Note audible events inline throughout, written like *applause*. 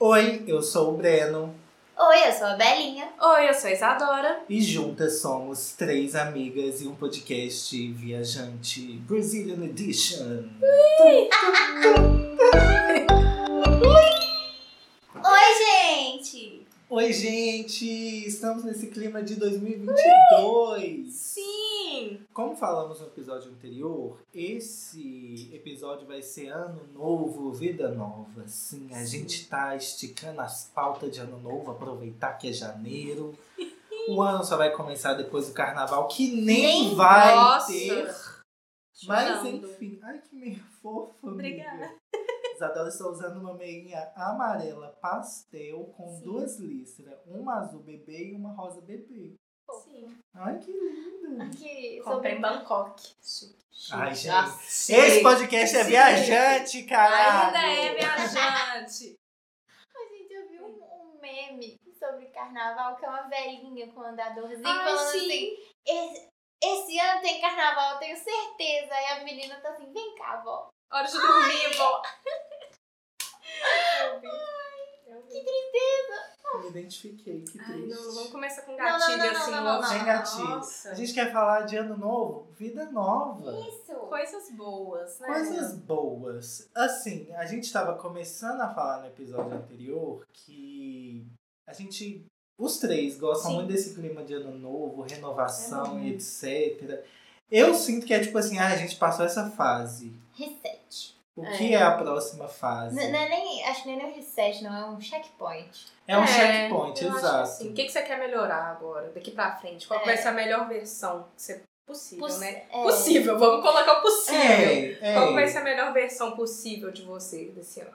Oi, eu sou o Breno Oi, eu sou a Belinha. Oi, eu sou a Isadora. e juntas somos três amigas e um podcast viajante Brazilian Edition. Oi, gente! Oi, gente! Estamos nesse clima de 2022. Sim! Como falamos no episódio anterior, esse episódio vai ser ano novo, vida nova. Sim, a gente tá esticando as pautas de ano novo, aproveitar que é janeiro. O ano só vai começar depois do carnaval, que nem, Nem- vai Nossa. ter. um. Mas Chorando. enfim, ai que meia *laughs* fofa. amiga. Obrigada. Isadora está usando uma meinha amarela pastel com Sim. duas listras, uma azul bebê e uma rosa bebê. Sim. Ai que linda. Aqui, um Comprei em Bangkok. Ai, gente. Nossa. Esse podcast é Sim. viajante, caralho! Ainda é viajante. A gente, eu vi um, um meme sobre carnaval, que é uma velhinha com um andadorzinho *laughs* Ai, falando sim. assim, esse, esse ano tem carnaval, eu tenho certeza. E a menina tá assim, vem cá, vó. Hora de dormir, vó. Que tristeza. Me identifiquei, que Ai, triste. não, vamos começar com não, não, gatilho não, assim. não, logo. não, Sem gatilho. Nossa. A gente quer falar de ano novo, vida nova. Isso. Coisas boas, né? É. Coisas boas. Assim, a gente estava começando a falar no episódio anterior que a gente, os três, gostam Sim. muito desse clima de ano novo, renovação É e etc. Eu sinto que é tipo assim, ah, a gente passou essa fase. Reset. O É. Né, que é a próxima fase? N- Não é nem, acho que nem é um reset, não. É um checkpoint. É um É, checkpoint, eu acho que exato. sim. O que, que você quer melhorar agora, daqui pra frente? Qual que É. vai ser a melhor versão que você possível, Poss- né? é. Possível, vamos colocar o possível. É, é. Qual que vai ser a melhor versão possível de você desse ano?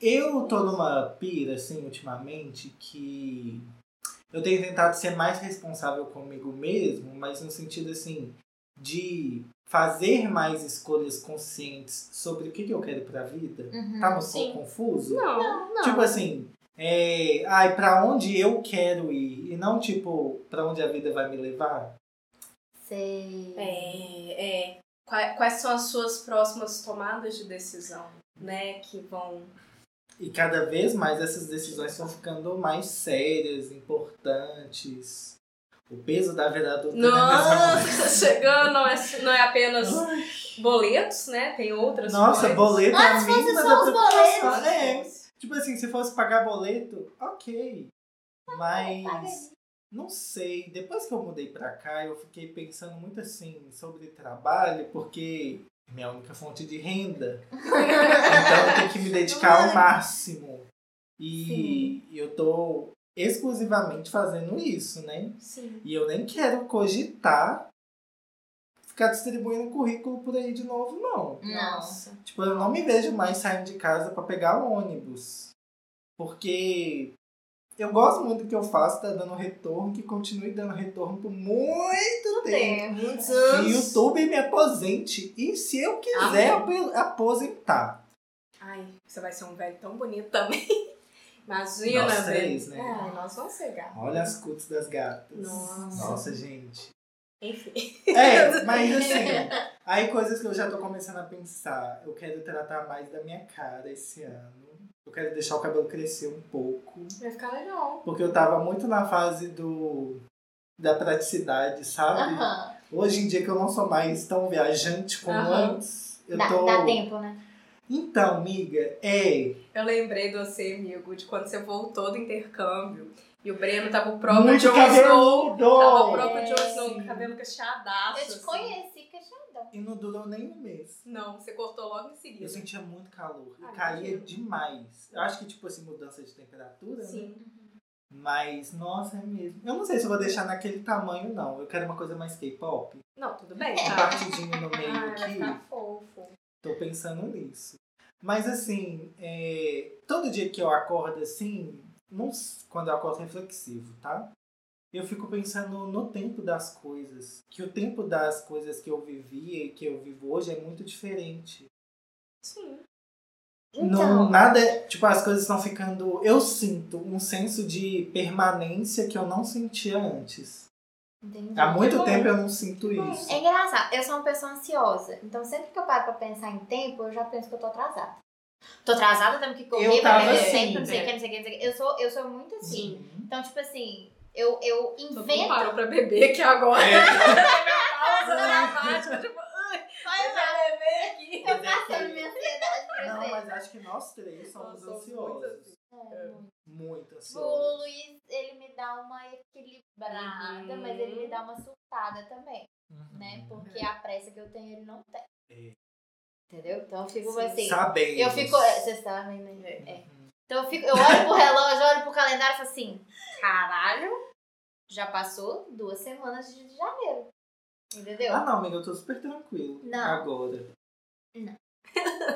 Eu tô numa pira, assim, ultimamente, que eu tenho tentado ser mais responsável comigo mesmo, mas no sentido, assim, de fazer mais escolhas conscientes sobre o que, que eu quero pra vida. Uhum. Tá um Hum, Sim. pouco confuso? Não, não. Tipo assim, é, ai, pra onde eu quero ir? E não, tipo, pra onde a vida vai me levar? Sei. É, é. Qua- Quais são as suas próximas tomadas de decisão, né? Que vão. E cada vez mais essas decisões estão ficando mais sérias, importantes. O peso da vida adulta né, nessa *laughs* Nossa, chegando, não é, não é apenas boletos, né? Tem outras Nossa, coisas. boleto é a Antes fosse mínima só da os preocupação. boletos. É. Tipo assim, se fosse pagar boleto, ok. paga Mas não sei. Depois que eu mudei pra cá, eu fiquei pensando muito assim sobre trabalho, porque é minha única fonte de renda. então eu tenho que me dedicar ao máximo. E eu tô exclusivamente fazendo isso, né? Sim. E eu nem quero cogitar ficar distribuindo currículo por aí de novo, não. Nossa. Tipo, eu não me vejo mais saindo de casa pra pegar ônibus. Porque eu gosto muito do que eu faço, tá dando retorno, que continue dando retorno por muito tempo. Tempo. Muitos Que o YouTube me aposente. E se eu quiser apo- aposentar. Ai, você vai ser um velho tão bonito também. *laughs* Imagina, Nós velho. três, né? Ai, nós vamos chegar. Olha as cutis das gatas. Nossa. Nossa, gente. Enfim. É, mas assim, aí coisas que eu já tô começando a pensar. Eu quero tratar mais da minha cara esse ano. Eu quero deixar o cabelo crescer um pouco. Vai ficar legal. Porque eu tava muito na fase do da praticidade, sabe? Aham. Hoje em dia que eu não sou mais tão viajante como Aham. antes. Eu Dá, tô. dá tempo, né? Então, miga, é Eu lembrei de você, amigo, de quando você voltou do intercâmbio e o Breno tava o próprio muito Jon Snow. Tava o cabeludo! próprio Jon Snow Sim. com cabelo cacheadaço. Eu te assim. conheci, é Cachadão. E não durou nem um mês. Não, você cortou logo em Eu seguida. sentia muito calor. E Ai, caía imagino. demais. Eu acho que, tipo assim, mudança de temperatura, né? Sim. Mas, nossa, é mesmo. Eu não sei se eu vou deixar naquele tamanho, não. Eu quero uma coisa mais K-pop. Não, tudo É. bem, Um tá? partidinho no meio Ah, aqui. Tá fofo. Tô pensando nisso. Mas, assim, é, todo dia que eu acordo, assim, não s- quando eu acordo reflexivo, tá? Eu fico pensando no tempo das coisas. Que o tempo das coisas que eu vivia e que eu vivo hoje é muito diferente. Sim. Não, Então, nada. Tipo, as coisas estão ficando. Eu sinto um senso de permanência que eu não sentia antes. entendi. Há muito bom. tempo eu não sinto isso. Então, É engraçado, eu sou uma pessoa ansiosa. Então, sempre que eu paro pra pensar em tempo, eu já penso que eu tô atrasada. Tô atrasada, temos que correr, Eu vai tava perder assim, tempo, não sei o né? que, não sei o que, não sei o que. Eu sou, eu sou muito assim. Sim. Então, tipo assim, eu, eu Todo mundo invento. parou pra beber *laughs* aqui agora. Ah, Pausa dramática, tipo, ai, Vai, eu vai. já levei aqui. Eu passando minha ansiedade pra Não, você. mas acho que nós três somos Nós somos muito ansiosos. ansiosos. É, muito. Muito Tipo, o ansiosos. Luiz, ele me dá uma equilibrada, Uhum. mas ele me dá uma surtada também, Uhum. né? Porque a pressa que eu tenho, ele não tem. É. Entendeu? Então eu fico Sim. assim. Sabemos. Eu fico. é, Vocês sabem, né? É. Uhum. Então eu fico. Eu olho pro relógio, olho pro calendário e falo assim: caralho, já passou duas semanas de janeiro. Entendeu? Ah, não, amiga, eu tô super tranquilo. Não. Agora.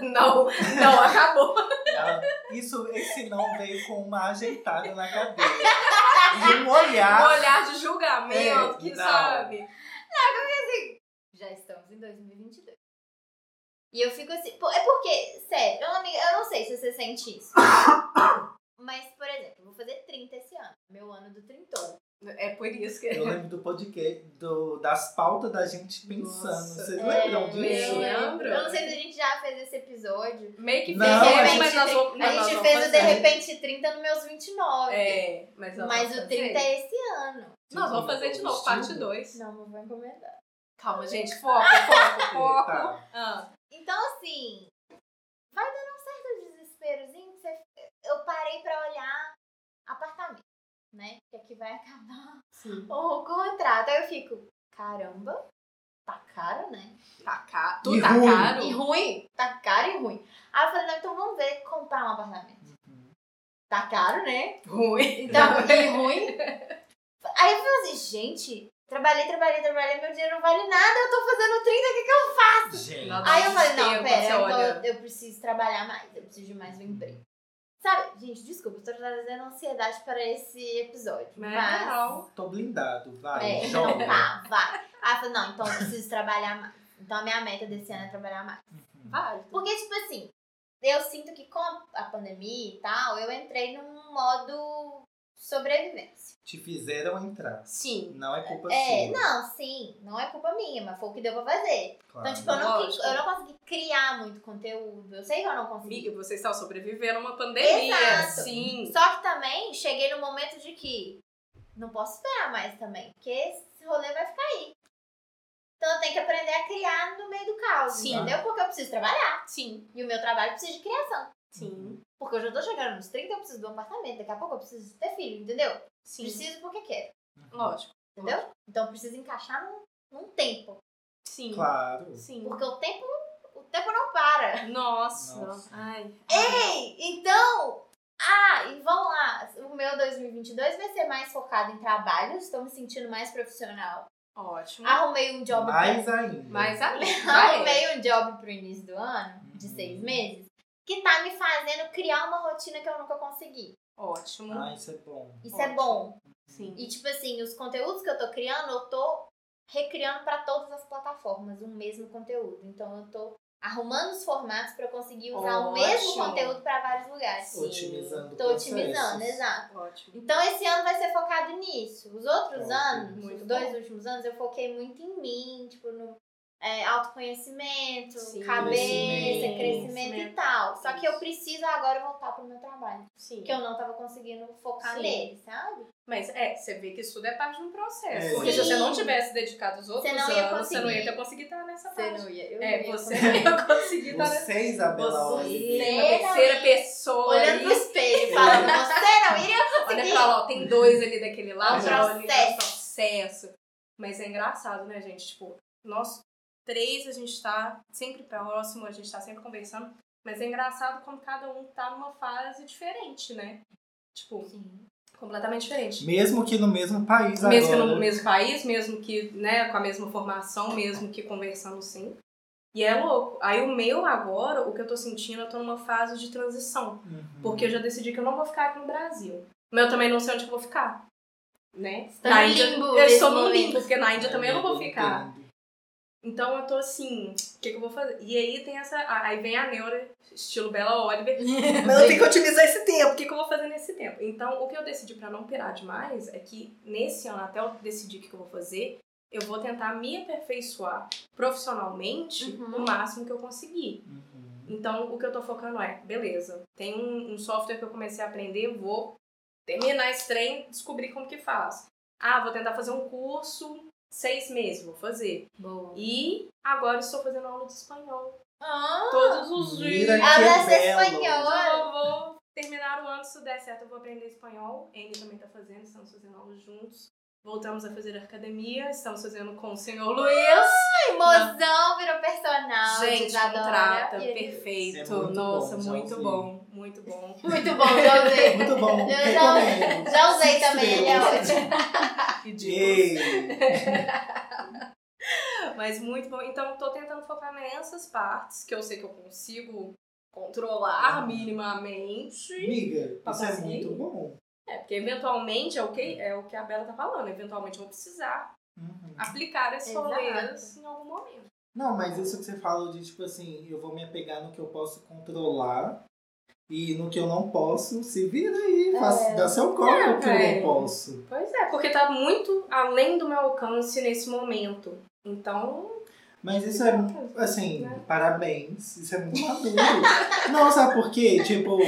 Não, não, acabou. Ela- Tá? Isso, esse não veio com uma ajeitada na cadeira. E *laughs* um olhar. Um olhar de julgamento, É, que não. sabe? Já estamos em 2022. E eu fico assim. pô, É porque, sério, eu não, me- eu não sei se você *coughs* sente isso. Mas, por exemplo, eu vou fazer 30 esse ano. Meu ano do um. trintou. É por isso que. *laughs* Eu lembro do podcast, do, das pautas da gente pensando. Nossa. Vocês lembram É, disso? meu. lembro. lembro. Eu não sei se a gente já fez esse episódio. Meio que Não, fez, a mas gente- nós vamos. A mas nós gente vamos fez o De fazer. Repente 30 nos meus 29. É, mas nós Mas vamos o fazer. 30 é esse ano. Nós vamos fazer de novo, parte um 2. Não, não vou encomendar. Calma, gente, foco, foco, foco. Tá. Ah, Então, assim, vai dando um certo desesperozinho. Que você... Eu parei pra olhar apartamento, né? Que aqui vai acabar *laughs* sim. o contrato. Aí eu fico, caramba, tá caro, né? Tá caro. E Tudo tá ruim. caro. E ruim, tá caro e ruim. Aí eu falei, não, então vamos ver comprar um apartamento. Uhum. Tá caro, né? Ruim. *laughs* Então, e ruim. Aí eu falei assim, gente, trabalhei, trabalhei, trabalhei, meu dinheiro não vale nada, eu tô fazendo 30, o que que eu... Gente. Nada. Aí eu falei, não, Desespero, você pera, eu, olha. tô- eu preciso trabalhar mais, eu preciso de mais um emprego. Sabe, gente, desculpa, eu tô trazendo ansiedade para esse episódio, Mas é mas... real. Tô blindado, vai, É, então joga. *laughs* tá, vai. Aí eu falei, não, então eu preciso trabalhar mais. Então a minha meta desse ano é trabalhar mais. Válido. Porque, tipo assim, eu sinto que com a pandemia e tal, eu entrei num modo sobrevivência. Te fizeram entrar. Sim. Não é culpa É, sua. não, sim, não é culpa minha, mas foi o que deu pra fazer. claro. Então, tipo, eu não, Lógico. eu não consegui criar muito conteúdo. Eu sei que eu não consegui. Amiga, vocês estão sobrevivendo a uma pandemia. Exato. Sim. Só que também cheguei no momento de que não posso esperar mais também, porque esse rolê vai ficar aí. Então eu tenho que aprender a criar no meio do caos, Sim. entendeu? Porque eu preciso trabalhar. Sim. E o meu trabalho precisa de criação. Sim. Porque eu já tô chegando nos 30, eu preciso de um apartamento, daqui a pouco eu preciso de ter filho, entendeu? Sim. Preciso porque quero, tipo, Lógico. entendeu? Então eu preciso encaixar num, num tempo. Sim. Claro. Sim. Porque o tempo, o tempo não para. Nossa. Nossa. Ai. Ei, então, ah, e vão lá. O meu 2022 vai ser mais focado em trabalho, estou me sentindo mais profissional. Ótimo. Arrumei um job Mais ainda. Mas a pro, *laughs* arrumei um job pro início do ano, de Uhum. seis meses, que tá me fazendo criar uma rotina que eu nunca consegui. Ótimo. Ah, isso é bom. Isso é Ótimo. bom. Sim. E tipo assim, os conteúdos que eu tô criando, eu tô recriando pra todas as plataformas o mesmo conteúdo. Então eu tô arrumando os formatos pra eu conseguir usar o mesmo Ótimo. conteúdo pra vários lugares. Sim. Otimizando Tô otimizando, processos. exato. Ótimo. Então esse ano vai ser focado nisso. Os outros Ótimo. anos, Muito os dois bom. últimos anos, eu foquei muito em mim, tipo, no é, autoconhecimento, Sim. cabeça, crescimento, Crescimento. e tal. Só que eu Isso. preciso agora voltar pro meu trabalho. Sim. Porque eu não tava conseguindo focar Sim. nele, sabe? Mas é, você vê que isso tudo é parte de um processo. É. Porque se Sim. você não tivesse dedicado os outros Você não anos, ia você não ia conseguir. ter conseguido estar nessa parte. ia. Eu É, você tá não ia conseguir estar nessa Você, Isabela Você, Oliveira. Você uma terceira não ia. pessoa Olhando pro ali, espelho e falando, você não iria olha conseguir. pra lá, ó, tem dois ali daquele lado, É um olha ali, é um processo. processo. Mas é engraçado, né, gente? Tipo, nós três, a gente tá sempre próximo, a gente tá sempre conversando. Mas é engraçado como cada um tá numa fase diferente, né? Tipo, Sim. completamente diferente. Mesmo que no mesmo país mesmo que agora. no mesmo país, mesmo que né, com a mesma formação, mesmo que conversando sim. E é louco. Aí o meu agora, o que eu tô sentindo, eu tô numa fase de transição. Uhum. Porque eu já decidi que eu não vou ficar aqui no Brasil. Mas eu também não sei onde que eu vou ficar. Né? tá no limbo eu nesse estou no momento. limbo, porque na Índia também eu não Uhum. vou ficar. É, Entendo. Então eu tô assim, o que, que eu vou fazer? E aí tem essa. Aí vem a neura, estilo Bela Oliver. *laughs* Não, eu tenho que otimizar esse tempo. O que, que eu vou fazer nesse tempo? Então, o que eu decidi pra não pirar demais é que nesse ano, até eu decidir o que, que eu vou fazer, eu vou tentar me aperfeiçoar profissionalmente Uhum. o máximo que eu conseguir. Uhum. Então, o que eu tô focando é, beleza, tem um, um software que eu comecei a aprender, vou terminar esse trem, descobrir como que faz. Ah, vou tentar fazer um curso, seis meses, vou fazer. Boa. E agora estou fazendo aula de espanhol. Ah, Todos os dias. Mira Ela é que belo. espanhola. Eu vou terminar o ano, se der certo, eu vou aprender espanhol. Ele também tá fazendo, estamos fazendo aula juntos. Voltamos a fazer academia, estamos fazendo com o senhor Luiz. Ai, mozão virou personal. Gente, Isadora. contrata, E ele- perfeito. É muito Nossa, bom, já muito usei. bom, muito bom. *laughs* Muito bom, já *laughs* usei. Muito bom. Eu já usei. Recomendo. Já usei Cinco também, ele é estrelas. ótimo. Ridículo. Yay. Mas muito bom. Então, tô tentando focar nessas partes que eu sei que eu consigo controlar Ah. minimamente. Amiga, Pra isso é conseguir? muito bom. É, porque eventualmente é o que, é o que a Bela tá falando. Eventualmente eu vou precisar Uhum. aplicar esses Exato. rolês em algum momento. Não, mas isso que você falou de tipo assim, eu vou me apegar no que eu posso controlar e no que eu não posso, se vira aí, É. faz, dá seu corpo É, o que eu é. não posso. Pois é, porque tá muito além do meu alcance nesse momento. Então, Mas isso é assim, parabéns, isso é muito maduro. *laughs* não, sabe por quê? Tipo,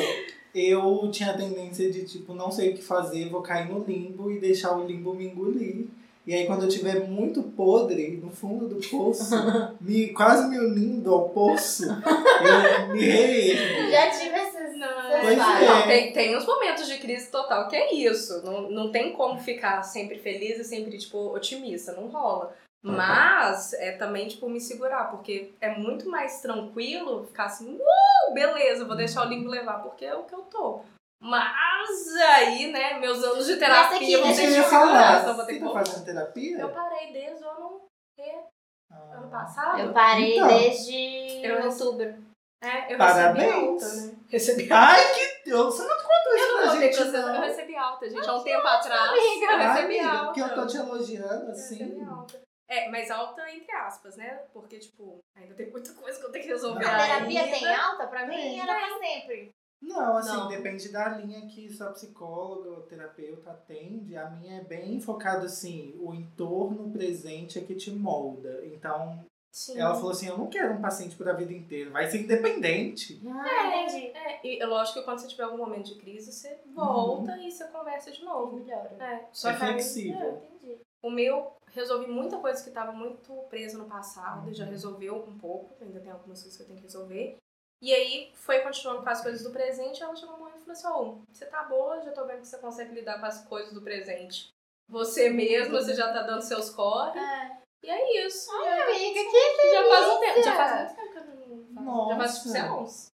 eu tinha a tendência de, tipo, não sei o que fazer, vou cair no limbo e deixar o limbo me engolir. E aí quando eu tiver muito podre no fundo do *laughs* poço, me, quase me unindo ao poço, eu me reergo. Já tive essas. Não, Pois não, é. não, tem, tem uns momentos de crise total que é isso. Não, não tem como ficar sempre feliz e sempre, tipo, otimista. Não rola. Mas é também, tipo, me segurar, porque é muito mais tranquilo ficar assim, uh, beleza, vou deixar o limbo levar, porque é o que eu tô. Mas aí, né, meus anos é de terapia aqui, vão né, Isso ter eu que ia segurar, falar. só vou ter Você que tá voltar. fazendo terapia? Eu parei desde o ano, ano Ah, passado. Eu parei Então. desde Eu- outubro. É, eu Parabéns. recebi alta, né? Recebi alta. Ai, que Deus! Você não contou isso Eu não pra contei pra gente, vocês, não. eu recebi alta, gente, há um tempo atrás. amiga. eu Ai, recebi amiga, alta. porque eu tô te elogiando, Recebi assim. alta. É, mas alta entre aspas, né? Porque, tipo, ainda tem muita coisa que eu tenho que resolver. A terapia ainda. tem alta? Pra mim Tem. era pra sempre. Não, assim, Não. depende da linha que sua psicóloga ou terapeuta atende. A minha é bem focada, assim, o entorno presente é que te molda. Então, Sim. ela falou assim, eu não quero um paciente pra vida inteira, vai ser independente. Ah, entendi. É, e é lógico que quando você tiver algum momento de crise, você Uhum. volta e você conversa de novo. Melhora. É, É que aí- flexível. Ah, é. O meu, resolvi muita coisa que tava muito presa no passado, já resolveu um pouco, ainda tem algumas coisas que eu tenho que resolver. E aí foi continuando com as coisas do presente, ela chegou um momento e falou assim: Ô, você tá boa, já tô vendo que você consegue lidar com as coisas do presente. Você mesma, você já tá dando seus corre. Ah, E é isso. minha amiga, que já faz um tempo. Já faz muito tempo que eu não faço. Nossa. Já faz tipo, sei lá, uns.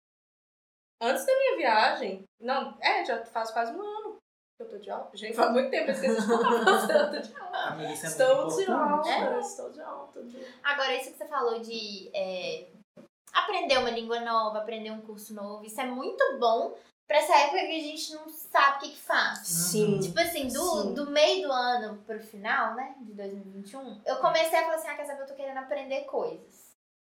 Antes da minha viagem. Não, é, já faz quase um ano que eu tô de alta. Gente, faz muito tempo, eu esqueci de falar. mas eu tô de alta. A Melissa é ah, Estou muito de alta. importante. É. Estou de alta. de- Agora, isso que você falou de é, aprender uma língua nova, aprender um curso novo, isso é muito bom pra essa época que a gente não sabe o que, que faz. Sim. Tipo assim, do, Sim. do meio do ano pro final, né, de 2021, eu comecei a falar assim, ah, quer saber, eu tô querendo aprender coisas.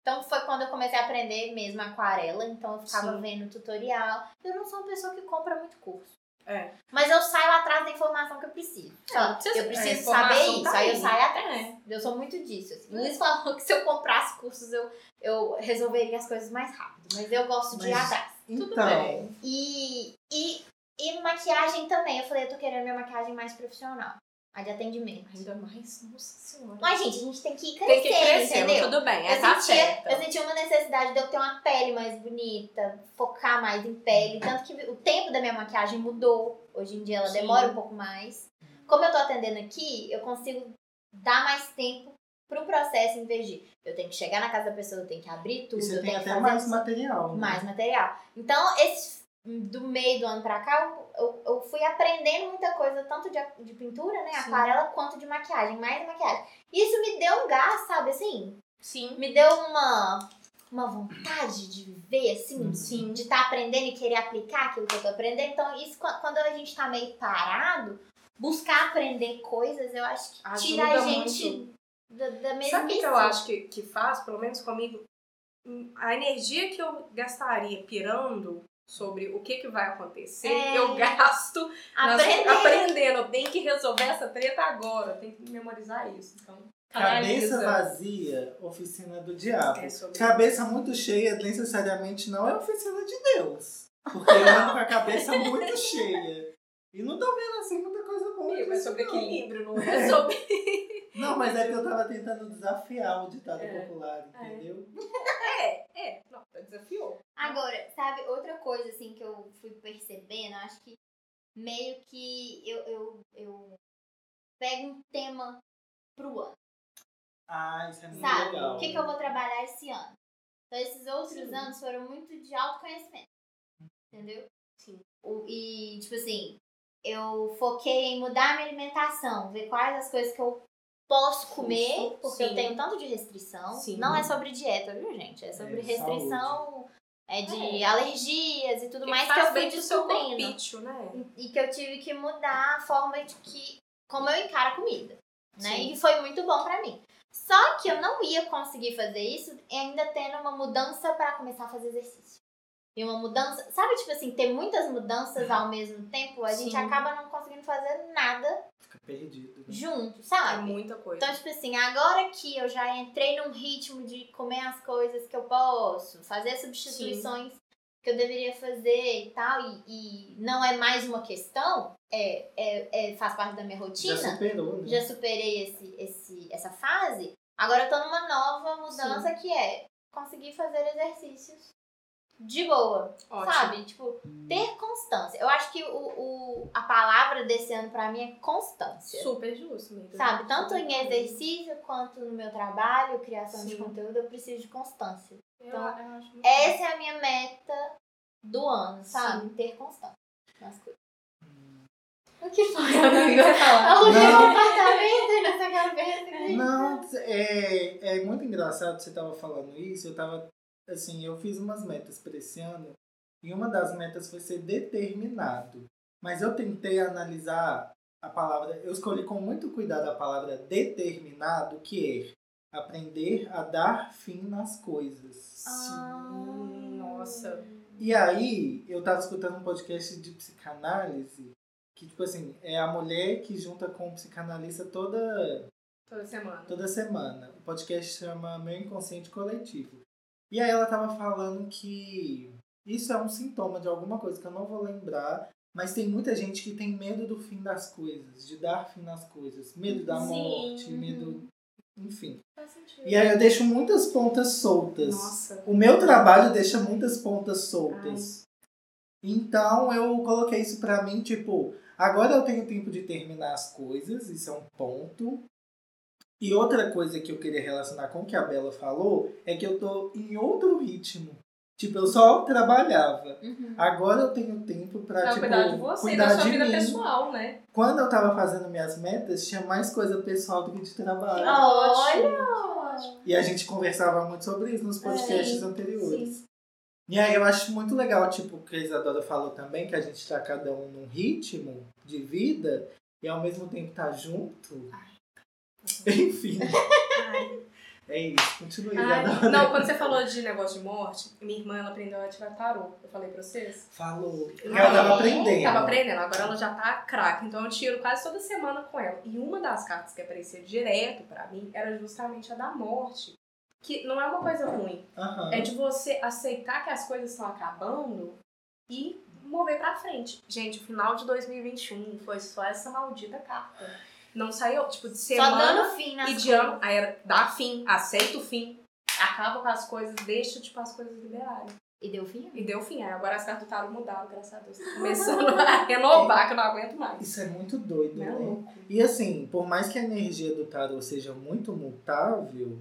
Então foi quando eu comecei a aprender mesmo aquarela, então eu ficava Sim. vendo tutorial. Eu não sou uma pessoa que compra muito curso. É. Mas eu saio atrás da informação que eu preciso. Só, você- eu preciso é, saber informação isso, tá aí eu aí. saio atrás. É. Eu sou muito disso. Assim. O Luiz falou que se eu comprasse cursos, eu, eu resolveria as coisas mais rápido. Mas eu gosto de ir Mas- atrás. É, Tudo Então, bem. E, e, e maquiagem também. Eu falei, eu tô querendo minha maquiagem mais profissional. A de atendimento. Ainda mais, nossa senhora. Mas, gente, a gente tem que crescer, Tem que crescer, entendeu? tudo bem. É, Eu tá sentia, certo. eu sentia uma necessidade de eu ter uma pele mais bonita, focar mais em pele. Tanto que o tempo da minha maquiagem mudou. Hoje em dia ela Sim. demora um pouco mais. Como eu tô atendendo aqui, eu consigo dar mais tempo pro processo em vez de eu tenho que chegar na casa da pessoa, eu tenho que abrir tudo, e você eu tem tenho que até fazer mais material. né? mais material. Então, esse, do meio do ano pra cá, eu- eu, eu fui aprendendo muita coisa, tanto de, a- de pintura, né, Sim. aquarela, quanto de maquiagem, mais maquiagem. E isso me deu um gás, sabe, assim, Sim. me deu uma, uma vontade de viver, assim, Uhum. Sim. de estar aprendendo e querer aplicar aquilo que eu tô aprendendo. Então, isso qua- quando a gente tá meio parado, buscar aprender coisas, eu acho que tira a Ajuda gente assim. da, da mesmice. Sabe o que que eu acho que, que faz, pelo menos comigo? Hum, A energia que eu gastaria pirando sobre o que, que vai acontecer, É. eu gasto nas- Aprender. aprendendo. Eu tenho que resolver essa treta agora, eu tenho que memorizar isso. Então, Cabeça Analisa. vazia, oficina do diabo. É sobre- Cabeça muito cheia necessariamente não é oficina de Deus. Porque eu ando com a cabeça muito cheia. E não tô vendo assim muita coisa boa. Amigo, é disso, sobre não. equilíbrio, não é sobre. Não, mas é que eu tava tentando desafiar o ditado É. popular, É. entendeu? É, é. Não, desafiou. Agora, sabe, outra coisa assim que eu fui percebendo, acho que meio que eu, eu, eu pego um tema pro ano. Ah, isso é muito Sabe? legal. O que, que eu vou trabalhar esse ano? Então, esses outros Sim. anos foram muito de autoconhecimento. Entendeu? Sim. O- e, tipo assim, eu foquei em mudar minha alimentação, ver quais as coisas que eu posso comer, Isso, porque eu sim. tenho tanto de restrição. Sim. Não é sobre dieta, viu, gente? É sobre É, restrição, é de alergias e tudo mais que faz eu fui bem pro seu descobrindo. corpício, né? E que eu tive que mudar a forma de que, como eu encaro a comida né? Sim. E foi muito bom pra mim. Só que eu não ia conseguir fazer isso ainda tendo uma mudança pra começar a fazer exercício. E uma mudança, sabe, tipo assim, ter muitas mudanças ao mesmo tempo, a gente Uhum. Sim. acaba não conseguindo fazer nada Fica perdido. né? junto, É sabe? muita coisa. Então, tipo assim, agora que eu já entrei num ritmo de comer as coisas que eu posso, fazer as substituições que eu deveria fazer e tal, e, e não é mais uma questão, é, é, é, faz parte da minha rotina Já superou, né? já superei esse, esse, essa fase, agora eu tô numa nova mudança que é conseguir fazer exercícios de boa, Ótimo. sabe? Tipo, ter constância. Eu acho que o, o, a palavra desse ano pra mim é constância. Super justo, amiga. Sabe, tanto Super em justo. exercício quanto no meu trabalho, criação de Sim. conteúdo, eu preciso de constância. Eu- Então, eu acho muito bom. Essa é a minha meta do ano, sabe? Ter constância nas coisas. O que foi, *laughs* amiga? *laughs* Aluguei um Não. apartamento e nessa cabeça. gente. Não, é, é muito engraçado você tava falando isso. Eu tava, assim, eu fiz umas metas para esse ano e uma das metas foi ser determinado. Mas eu tentei analisar a palavra, eu escolhi com muito cuidado a palavra determinado, que é aprender a dar fim nas coisas. Ah. Sim, nossa. E aí, eu tava escutando um podcast de psicanálise, que, tipo assim, é a mulher que junta com o psicanalista toda Toda semana. toda semana. O podcast chama Meu Inconsciente Coletivo. E aí ela tava falando que isso é um sintoma de alguma coisa que eu não vou lembrar, mas tem muita gente que tem medo do fim das coisas, de dar fim nas coisas, medo da Sim. morte, medo, enfim. Faz sentido. E aí eu deixo muitas pontas soltas. Nossa. O meu trabalho deixa muitas pontas soltas. Então eu coloquei isso pra mim, tipo, agora eu tenho tempo de terminar as coisas, isso é um ponto. E outra coisa que eu queria relacionar com o que a Bela falou é que eu tô em outro ritmo. Tipo, eu só trabalhava. Uhum. Agora eu tenho tempo pra, Pra tipo, cuidar de você e cuidar da sua de vida mim. pessoal, né? Quando eu tava fazendo minhas metas, tinha mais coisa pessoal do que de trabalho. Ah, Olha! Ótimo. E a gente conversava muito sobre isso nos podcasts É, Sim, anteriores. E aí eu acho muito legal, tipo, o que a Isadora falou também, que a gente tá cada um num ritmo de vida e ao mesmo tempo tá junto. Enfim, Ai. é isso. Continua, Ai, Isadora. Não, quando você falou de negócio de morte, minha irmã ela aprendeu a tirar tarô. Eu falei pra vocês. Falou. Ah, ela tava é? aprendendo. Tava aprendendo, agora ela já tá craque. Então eu tiro quase toda semana com ela. E uma das cartas que aparecia direto pra mim era justamente a da morte. Que não é uma coisa ruim. Aham. É de você aceitar que as coisas estão acabando e mover pra frente. Gente, o final de 2021 foi só essa maldita carta. Não saiu, tipo, de Só semana dando fim nas e de ano. Aí era, dá fim, aceita o fim, acaba com as coisas, deixa, tipo, as coisas liberarem. E deu fim? E deu fim. Aí agora as cartas do tarot mudaram, graças a Deus. Tá começando a *laughs* renovar, que eu não aguento mais. Isso é muito doido, Não é né? louco. E assim, por mais que a energia do tarot seja muito mutável,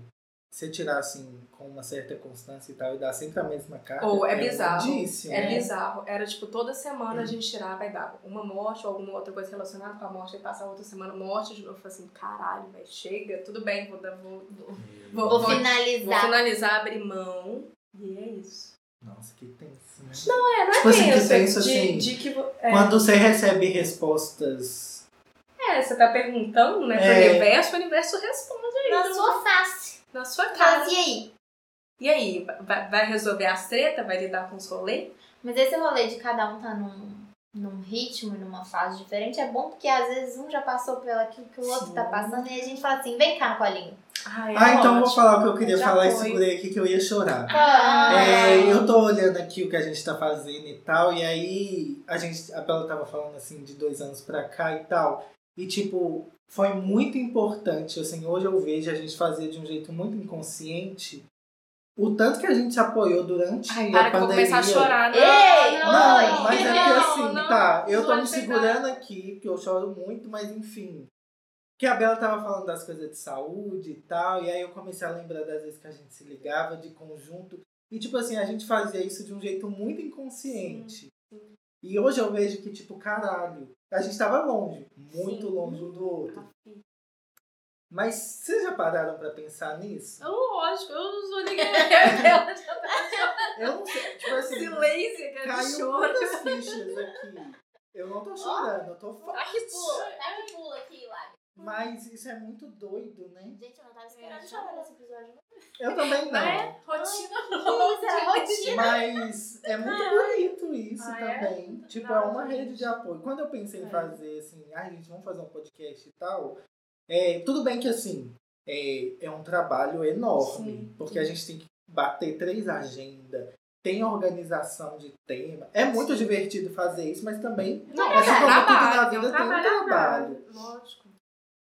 se tirar assim com uma certa constância e tal e dar sempre a mesma carta. Ou é um bizarro. indício, É né? bizarro. Era tipo, toda semana a gente tirava e dava uma morte ou alguma outra coisa relacionada com a morte. Aí passava outra semana morte de novo. Eu falei assim, caralho, velho, chega, tudo bem, vou, dar- vou, vou, vou, Vou vou- vou finalizar. finalizar, abrir mão. E é isso. Nossa, que tenso, né? Não é, não é Tipo assim, que tenso, é tenso, de, assim, de que. vo- É, Quando você recebe respostas. é, você tá perguntando, né, pro É. universo, o universo responde aí. Na né? sua face. na sua cara. Mas e aí? E aí, vai, vai resolver as treta? Vai lidar com os rolês? Mas esse rolê de cada um tá num, num ritmo, numa fase diferente, é bom porque às vezes um já passou pela que, que o outro Sim. tá passando e a gente fala assim, vem cá, colinho. Ai, Ah, então eu vou É, ótimo. falar o que eu queria Já falar e foi. segurei aqui que eu ia chorar. Ah, É, eu tô olhando aqui o que a gente tá fazendo e tal, e aí a gente, a Bela tava falando assim de dois anos pra cá e tal, e tipo, foi muito importante, assim, hoje eu vejo a gente fazer de um jeito muito inconsciente o tanto que a gente se apoiou durante Ai, a para que eu vou pandemia. começar a chorar. Ei, Não, Ai, mas é porque não, assim, não, tá, eu tô pode me pegar. segurando aqui, porque eu choro muito, mas enfim. Que a Bela tava falando das coisas de saúde e tal, e aí eu comecei a lembrar das vezes que a gente se ligava de conjunto. E tipo assim, a gente fazia isso de um jeito muito inconsciente. E hoje eu vejo que, tipo, caralho, a gente tava longe, muito Sim. Tá longe um do outro. Mas vocês já pararam pra pensar nisso? Eu, Lógico, eu não sou ninguém. *laughs* Ela já tá Eu não sei, tipo *laughs* assim, silêncio, cara, caiu um choro. muitas fichas aqui. Eu não tô chorando, eu tô Ah. Tá que pula, tá que pula aqui, lá. Mas isso é muito doido, né? Gente, eu não tava esperando É, chorar nesse episódio. Eu também não. Ah, Né? Rotina Isso, é rotina. Mas é muito bonito isso Ah, é? também. Tipo, é Não, uma gente. rede de apoio. Quando eu pensei em É. fazer assim, ai, gente, vamos fazer um podcast e tal. É, tudo bem que assim, é, é um trabalho enorme. Sim. Porque a gente tem que bater três agendas. Tem organização de tema. É muito divertido fazer isso, mas também. Não, Mas é um como tudo trabalho, na é um vida, tem um trabalho árduo. trabalho. Lógico. Tem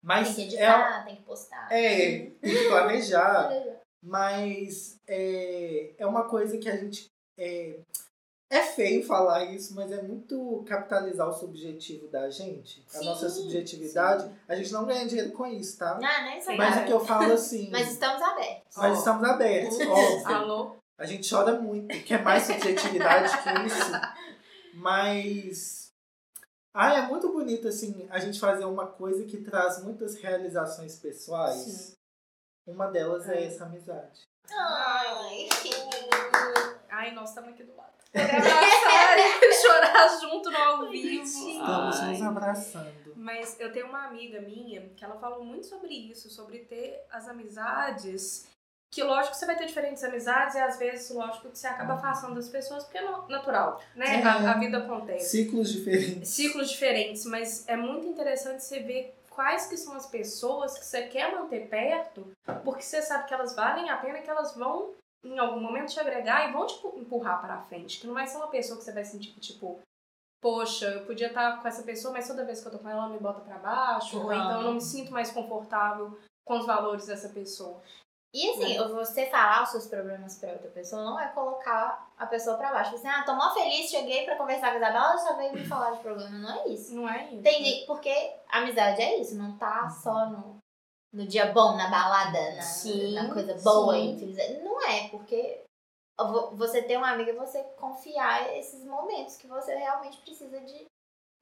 Mas que é, editar, tem que postar. Ah, é, tem que planejar. Mas é, é uma coisa que a gente. É, é feio falar isso, mas é muito capitalizar o subjetivo da gente. A Sim, nossa subjetividade. A gente não ganha dinheiro com isso, tá? Não, nem sei. Mas lá. o que eu *laughs* falo assim. é Mas Uhum. estamos abertos. nós estamos abertos, óbvio. Alô? A gente chora muito. Quer mais subjetividade que isso? Mas. Ah, é muito bonito, assim, a gente fazer uma coisa que traz muitas realizações pessoais. Sim. Uma delas é É. essa amizade. Ai, Ai, nós estamos aqui do lado. Poder abraçar e chorar junto no ao vivo. Estamos Ai. nos abraçando. Mas eu tenho uma amiga minha que ela falou muito sobre isso, sobre ter as amizades. Que lógico você vai ter diferentes amizades e às vezes, lógico, você acaba afastando das pessoas, porque é no- natural, né? É. A, a vida acontece. Ciclos diferentes. Ciclos diferentes, mas é muito interessante você ver quais que são as pessoas que você quer manter perto, porque você sabe que elas valem a pena, que elas vão em algum momento te agregar e vão te pu- empurrar para frente. Que não vai ser uma pessoa que você vai sentir que, tipo, poxa, eu podia estar com essa pessoa, mas toda vez que eu tô com ela, ela me bota para baixo, ou Não. então eu não me sinto mais confortável com os valores dessa pessoa. E assim, você falar os seus problemas pra outra pessoa não é colocar a pessoa pra baixo. Você, ah, tô mó feliz, cheguei pra conversar com a Isabela, ela só veio me falar de problema. Não é isso. Não é isso. Tem gente, porque amizade é isso, não tá só no, no dia bom, na balada, na, Sim, na coisa boa. sim. e feliz. Não é, porque vo- você ter uma amiga, é você confiar esses momentos que você realmente precisa de,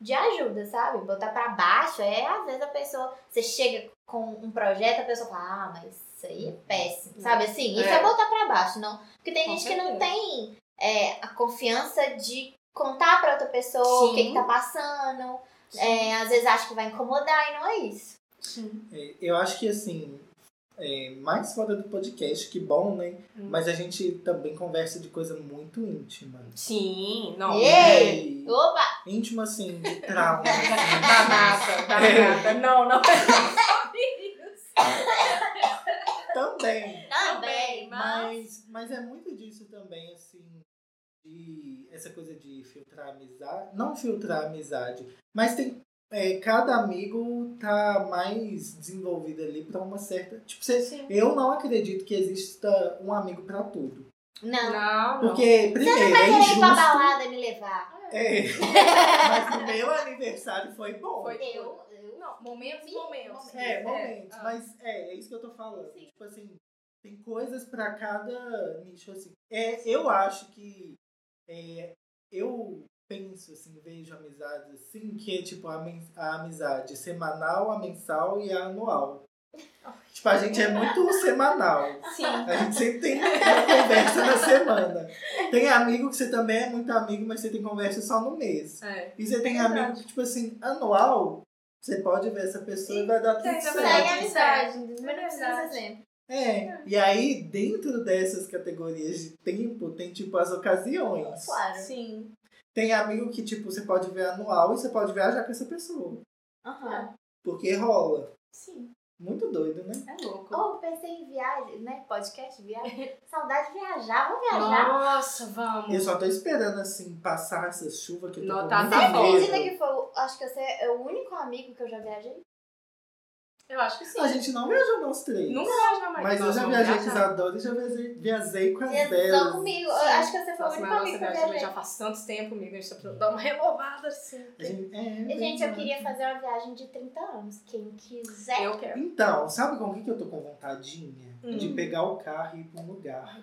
de ajuda, sabe? Botar pra baixo é, às vezes, a pessoa. Você chega com um projeto, a pessoa fala, ah, mas isso aí é péssimo, sabe? Assim, isso é, É. botar pra baixo, não. Porque tem Com gente que não certeza. tem é, a confiança de contar pra outra pessoa o que, Sim. que tá passando. É, às vezes acha que vai incomodar e não é isso. Sim. É, Eu acho que assim, é, mais fora do podcast, que bom, né? Hum. Mas a gente também conversa de coisa muito íntima. Sim, não. Ei! E Opa! íntima, assim, de trauma. assim. Danada, danada. *laughs* Não, não. é também. Também! Mas, mas é muito disso também, assim, de essa coisa de filtrar a amizade. Não filtrar a amizade, mas tem. é, cada amigo tá mais desenvolvido ali pra uma certa. Tipo, você *laughs* Sim. Eu não acredito que exista um amigo pra tudo. Não. Não, não. Porque, primeiro, é Quer ir pra injusto. balada me levar? É. Mas o meu aniversário foi bom. Foi. Eu, eu. Não, momentos, Me- momentos. É, momento. ah. Mas é, é isso que eu tô falando. Sim. Tipo assim, tem coisas pra cada nicho, assim. É, eu acho que é, eu penso, assim, vejo amizades assim, que é tipo a, men- a amizade semanal, a mensal e a anual. Tipo, a gente é muito semanal. *laughs* Sim. A gente sempre tem uma conversa na semana. Tem amigo que você também é muito amigo, mas você tem conversa só no mês. É. E você tem Verdade. amigo que, tipo assim, anual, você pode ver essa pessoa e vai dar tudo Tem, na Segue a certo. verdade. é amizade, mas não É precisa verdade. sempre. É. E aí, É. dentro dessas categorias de tempo, tem, tipo, as ocasiões. Claro. Sim. Tem amigo que, tipo, você pode ver anual e você pode viajar com essa pessoa. Aham. Porque rola. Sim. Muito doido, né? É louco. Ou Oh, pensei em viagem, né? Podcast, *laughs* viagem. Saudade de viajar, vamos viajar. Nossa, vamos. Eu só tô esperando, assim, passar essa chuva que eu tô Não, com tá muito Você Tá bom. acredita medo. que foi, o- acho que você é o único amigo que eu já viajei? Eu acho que sim. A gente não viajou nós três. Nunca mais na Maria. Mas eu Nós já vamos viajei com viajar. Isadora e já viajei, viajei com as Viajou delas. comigo. Eu Sim. acho que você foi o Nossa, único mas nossa amigo que eu viagem também viajei. já faz tanto tempo, amiga. A gente precisa dar uma renovada assim. A gente- é, E, Gente, eu verdade. queria fazer uma viagem de 30 anos. Quem quiser. É. Eu quero. Então, sabe com o que que eu tô com vontadinha? Hum. De pegar o carro e ir pra um lugar.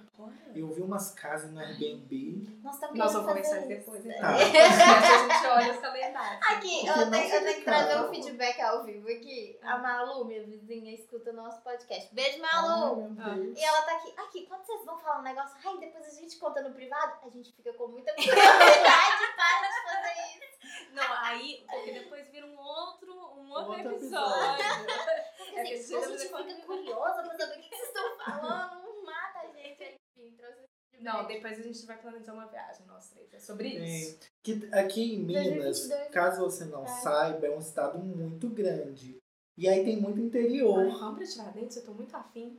Eu vi umas casas no Airbnb. Nós estamos Nós querendo vamos conversar isso fazer Tá depois. Né? Tá. *laughs* a gente olha os calendários. Aqui, Porque eu não tenho, eu fica tenho que trazer caro. um feedback ao vivo aqui. A Malu, minha vizinha, escuta o nosso podcast. Beijo, Ah, Malu! meu Ah. Deus. E ela tá aqui. Aqui, quando vocês vão falar um negócio, ai, depois a gente conta no privado, a gente fica com muita curiosidade *laughs* para de fazer isso. Não, aí, porque depois vira um outro, um outro Outro episódio. *laughs* Porque, É assim, que a precisa gente fazer fica conteúdo. curiosa pra saber o que que vocês estão falando. Não mata a gente. Enfim, trouxe esse Não, feedback. depois a gente vai planejar uma viagem, nós três. É sobre isso. É. Que aqui em Minas, 2022. caso você não Ai. saiba, é um estado muito grande. E aí tem muito interior. Ai, vamos pra Tiradentes, eu tô muito afim.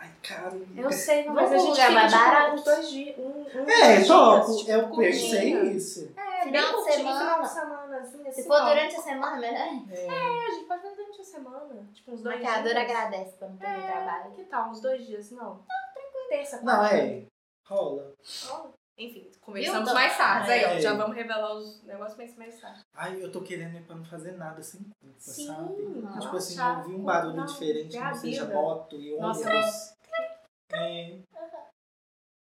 Ai, cara. Eu sei, mas mas a a Vamos gente gente fica, gravar tipo, barato? uns dois dias. tipo, Um, É, topo. Eu curtinha. pensei isso. É, Final de bem curtinho, semana. final de semana, assim, assim. Se for ó. durante a semana, melhor. É. É, a gente pode fazer durante a semana. Tipo, uns O dois maquiador dias. É, agradece pra não ter muito trabalho. Que tal? Uns dois dias, não? Não, tranquilo. Terça, Não, quarta. é. Rola. Ó, Enfim, conversamos Viu? mais tarde. Aí, ó, É. já vamos revelar os negócios mais, mais tarde. Ai, eu tô querendo ir pra não fazer nada sem culpa, Sim, sabe? relaxar, tipo assim, eu vi um barulho não, diferente, é a não seja vida. moto e ônibus. Nossa, É.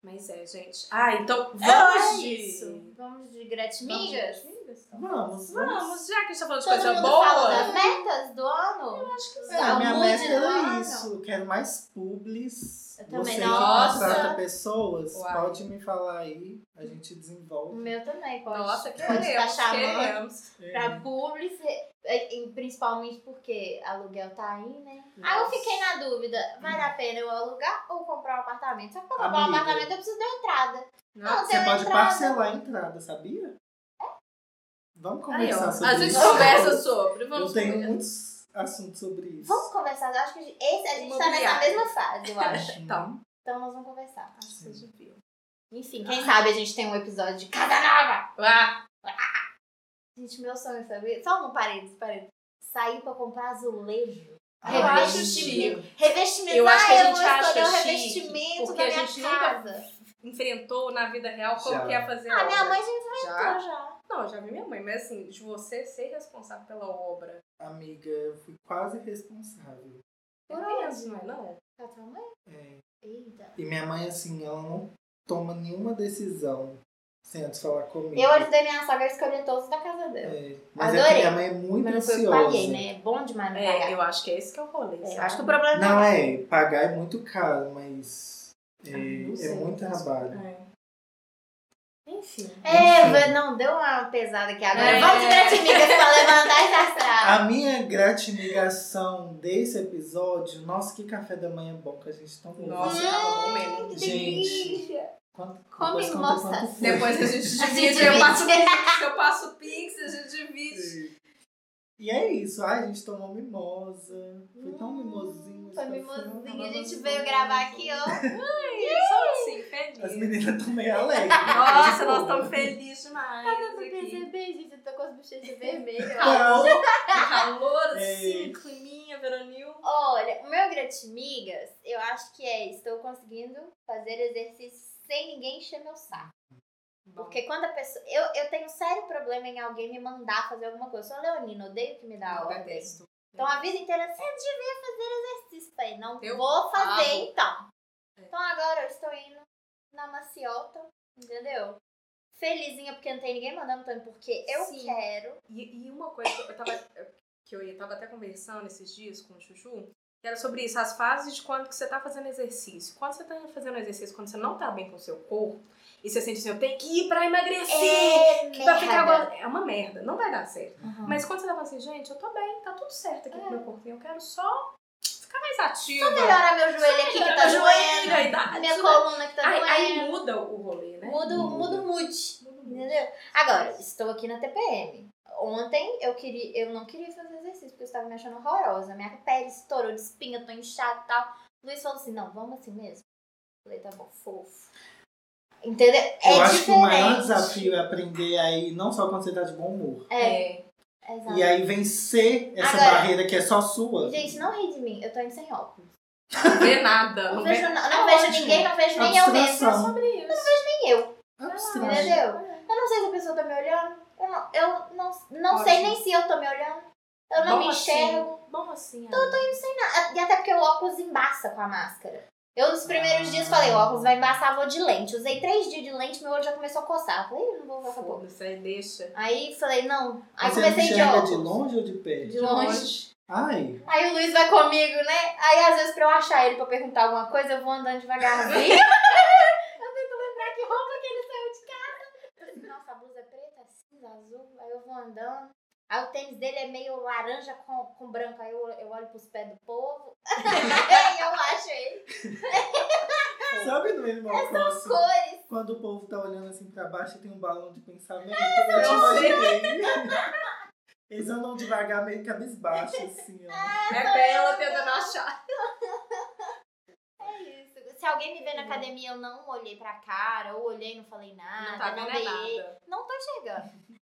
Mas é, gente. Ah, então vamos Vamos de... isso. Vamos de Vamos de gratimigas? migas? Vamos, vamos. Vamos, já que a gente tá falando de Todo coisa mundo boa. falou das metas do ano? Eu acho que sim. É, a minha Saúde meta do era ano. isso. Eu quero mais publis. Eu também, Você que nossa. contrata pessoas, Uai. pode me falar aí. A gente O desenvolve. meu também, pode. Nossa, pode ficar queremos, chamando queremos. É. pra público, é, e principalmente porque aluguel tá aí, né? Aí eu fiquei na dúvida, vale a pena eu alugar ou comprar um apartamento? Só que pra comprar um Amiga. apartamento eu preciso da entrada. Nossa. Você uma pode entrada. parcelar a entrada, sabia? Vamos Aí, ó, conversar sobre a gente isso. conversa sobre. Eu Vamos tenho um- conversar. muitos assuntos sobre isso. Vamos conversar, eu acho que a gente- esse, a gente tá nessa Imobiliário. mesma fase, eu acho. *laughs* Então, Então nós vamos conversar. acho que você viu. Enfim, quem sabe a gente tem um episódio de Casa Nova! Ah, Gente, meu sonho, sabe? Só um parênteses, parênteses. Sair pra comprar azulejo. Ah, eu acho mentira. Revestimento. Eu acho que a Ah, gente vou escolher acha um chique, revestimento porque da a minha gente nunca casa. enfrentou na vida real Já. como que é fazer Ah, minha obra. mãe já já. Ah. entrou já. Não, já vi minha mãe, mas assim, de você ser responsável pela obra. Amiga, eu fui quase responsável. É Por onde? peso, não é não? Com a Tá, tua mãe? É. Eita. E minha mãe, assim, ela não toma nenhuma decisão sem antes falar comigo. Eu ajudei minha sogra a escolher todos da casa dela. É, mas é Adorei. que minha mãe é muito Mas não foi eu que ansiosa. paguei, né? É bom demais não pagar. É, eu acho que é esse que é o rolê. É, sabe? eu acho que o problema Não, não é. é, pagar é muito caro, mas é, Ah, não sei, é muito não sei. trabalho. É. Enfim. É, Enfim. vai- não, deu uma pesada aqui agora. É. Vamos de gratimigas pra levantar esse astral. A minha gratimigação desse episódio, nossa, que café da manhã bom que a gente tomou. Nossa, Hum, tava bom mesmo. Que gente. delícia. Quanto, Come, depois conta moça. quanto foi. Depois a gente A divide, gente eu passo divide. pix, eu passo pix, a gente divide. E é isso, ai, a gente tomou mimosa. Foi tão mimosinho. esse Hum, Foi café, mimosinho. tava A gente gostoso. veio gravar aqui, ó. Ai, só assim, As feliz. meninas estão meio alegres. Tipo, Nossa, nós estamos felizes demais. Dá pra aqui. perceber, gente. Eu tô com *laughs* as bochechas vermelhas. Então, Um *laughs* calor, É. assim, climinha, veronil. Olha, o meu gratimigas, eu acho que é, estou conseguindo fazer exercício sem ninguém encher meu saco. Porque quando a pessoa. Eu, eu tenho sério problema em alguém me mandar fazer alguma coisa. Eu sou leonina, odeio que me dá ordem. texto. Então a vida inteira, você devia fazer exercício. Falei, não Eu vou fazer amo. então. É. Então agora eu estou indo na maciota, entendeu? Felizinha porque não tem ninguém mandando, então porque eu Sim. quero. E, e uma coisa que eu tava, que eu ia- tava até conversando esses dias com o Chuchu, que era sobre isso, as fases de quando que você tá fazendo exercício. Quando você tá fazendo exercício, quando você não tá bem com o seu corpo, e você sente assim, eu tenho que ir pra emagrecer, É, pra ficar merda. igual- É uma merda, não vai dar certo. Uhum. Mas quando você tá falando assim, gente, eu tô bem, tá tudo certo aqui com o meu corpinho, eu quero só ficar mais ativa. É. melhorar meu joelho aqui que tá Joelho, doendo. a idade, Minha né? coluna que tá Aí, aí doendo. muda o rolê, né? Muda, o- muda o mood. Muda o Entendeu? Agora, estou aqui na TPM. Ontem eu, queria, eu não queria fazer exercício, porque eu estava me achando horrorosa. Minha pele estourou de espinha, eu tô inchada e tal. Luiz falou assim, não, vamos assim mesmo. Eu falei, tá bom, fofo. Entendeu? É Eu diferente. acho que o maior desafio é aprender aí, não só quando você tá de bom humor. É, exato. E aí vencer essa Agora- barreira que é só sua. Gente, não ri de mim, eu tô indo sem óculos. Não vê nada. Não Não vê vejo, é não, Ah, não vejo ótimo. ninguém, não vejo A nem eu mesmo. distração. sobre isso. Nem eu. É um Abstração. Entendeu? Eu não sei se a pessoa tá me olhando. Eu não, eu não, não Ótimo. sei nem se eu tô me olhando. Eu não Bom me assim. enxergo. Bom assim, E até porque o óculos embaça com a máscara. Eu, nos primeiros Ah. dias, falei: o óculos vai embaçar, vou de lente. Usei três dias de lente, meu olho já começou a coçar. Falei: "Ih, não vou usar essa porra. Foda-se, aí deixa. Aí falei: não. Aí Mas Você comecei de enxerga de óculos. longe ou de perto? De longe. longe. Ai, Aí o Luiz vai comigo, né? Aí às vezes pra eu achar ele pra perguntar alguma coisa, eu vou andando *laughs* devagarzinho. eu tento lembrar que roupa que ele saiu de casa. Nossa, a blusa é preta, cinza, azul. Aí eu vou andando. Aí o tênis dele é meio laranja com, com branco. Aí eu, eu olho pros pés do povo. *laughs* Aí eu acho ele. sabe no mesmo alcance? Cores. Quando o povo tá olhando assim pra baixo e tem um balão de pensamento, eu Ah, eu te sei. imaginei. *laughs* Eles andam devagar, meio cabisbaixo, assim, ó. É bela tentando achar. É isso. Se alguém me vê na academia, eu não olhei pra cara, ou olhei e não falei nada, não tá Ah, não vendo dei. é nada. Não tô enxergando. *laughs*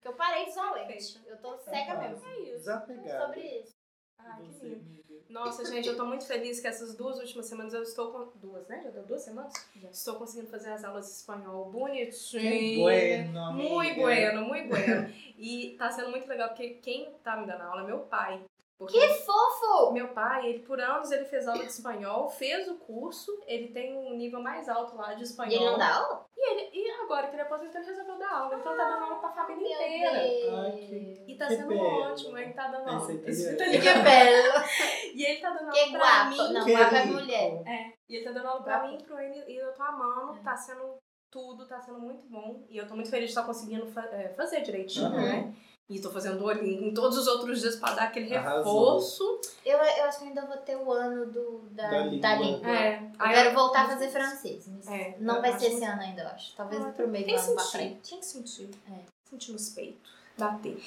Porque eu parei de Uhum. usar lente. Eu tô cega Então, mesmo. tá. É isso. Desapegado. Sobre isso. Ah, Ai, que Você, lindo. amiga. Nossa, gente, eu tô muito feliz que essas duas últimas semanas eu estou com. Duas, né? Já deu duas semanas? Estou conseguindo fazer as aulas de espanhol Que bonitinho. bueno, amiga. Muito bueno, muito bueno. e tá sendo muito legal porque quem tá me dando aula é meu pai. Porque Que fofo! meu pai, ele por anos ele fez aula de espanhol, fez o curso, ele tem um nível mais alto lá de E espanhol. ele não dá aula? E ele- e agora que ele aposentou, ele resolveu dar aula. Então tá dando aula pra família Ah, Meu inteira. Ai, que- E tá Que sendo belo. ótimo, ele tá dando Esse aula. italiano. Esse Que italiano. belo! E ele tá dando aula Que pra guapo! mim. Não, Que guapo é rico. mulher. É, e ele tá dando aula pra mim, pro ele, e eu tô É. amando, tá sendo tudo, tá sendo muito bom. E eu tô muito feliz de estar conseguindo fa- é, fazer direitinho, Aham. né? E tô fazendo olhinho em todos os outros dias pra dar aquele Arrasou. reforço. Eu, eu acho que ainda vou ter o ano do, da, Da da língua. língua. É, Eu quero voltar a fazer francês. mas É, eu não vai acho ser esse muito- ano ainda, eu acho. Talvez Ah, pro meio do Tem que ano pra sentir, frente. tem que sentir. É. Sentir nos peitos, *laughs* bater.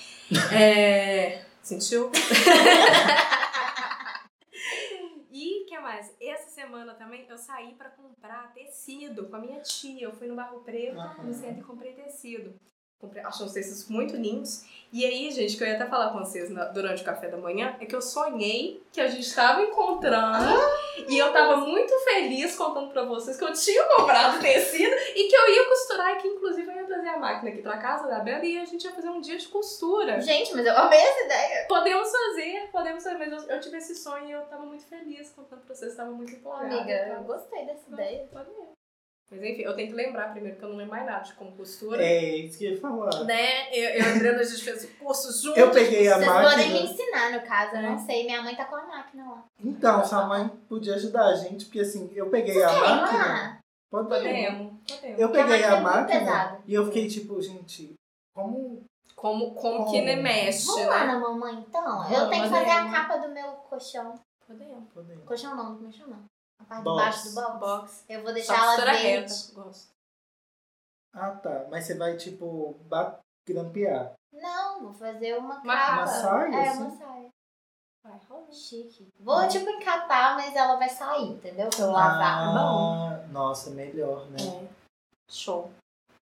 É, sentiu? *laughs* E o que mais? Essa semana também eu saí pra comprar tecido com a minha tia. Eu fui no Barro Preto, Aham. no centro e comprei tecido. Comprei, achei uns tecidos muito lindos. E aí, gente, que eu ia até falar com vocês na- durante o café da manhã, é que eu sonhei que a gente tava encontrando. Ah! e eu tava muito feliz contando pra vocês que eu tinha comprado tecido e que eu ia costurar. E que, inclusive, eu ia trazer a máquina aqui pra casa da Bela e a gente ia fazer um dia de costura. Gente, mas eu amei essa ideia. Podemos fazer, podemos fazer, mas eu, eu tive esse sonho e eu tava muito feliz contando pra vocês, tava muito empolgada. Amiga, Ah, tá, eu então, gostei dessa ideia. podemos. Mas enfim, eu tenho que lembrar primeiro que eu não lembro mais nada de como costura. É isso que eu ia falar. Né? Eu, eu e a Adriana, a gente fez o curso junto. Eu peguei a Vocês podem me máquina. ensinar, no caso. Eu É. não sei, minha mãe tá com a máquina lá. Então, sua mãe podia ajudar a gente, porque assim, eu peguei a Tem máquina. lá? Pode bater. Podemos, podemos. Eu peguei máquina a é muito máquina pesada. e eu fiquei tipo, gente, como. Como, como Como? que nem mexe, Vamos lá né? na mamãe, então? Vamos, Eu tenho que fazer a podemos. capa do meu colchão. Podemos. Podemos. Colchão não, como é chama? A parte de Box. baixo do box. Box. Eu vou Só deixar ela costura verde. reta. Gosto. Ah, tá. Mas você vai, tipo, ba- grampear. Não, vou fazer uma Uma capa. Uma saia, É, assim? uma saia. Vai, rola. Chique. Vou, tipo, encapar, mas ela vai sair, entendeu? Pra eu lavar. Ah, nossa, melhor, né? É. Show.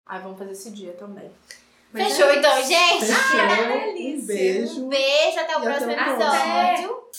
Aí vamos fazer esse dia também. é Fechou, então, gente? Fechou. que um delícia. beijo. Um beijo, até o E próximo até o episódio. próximo.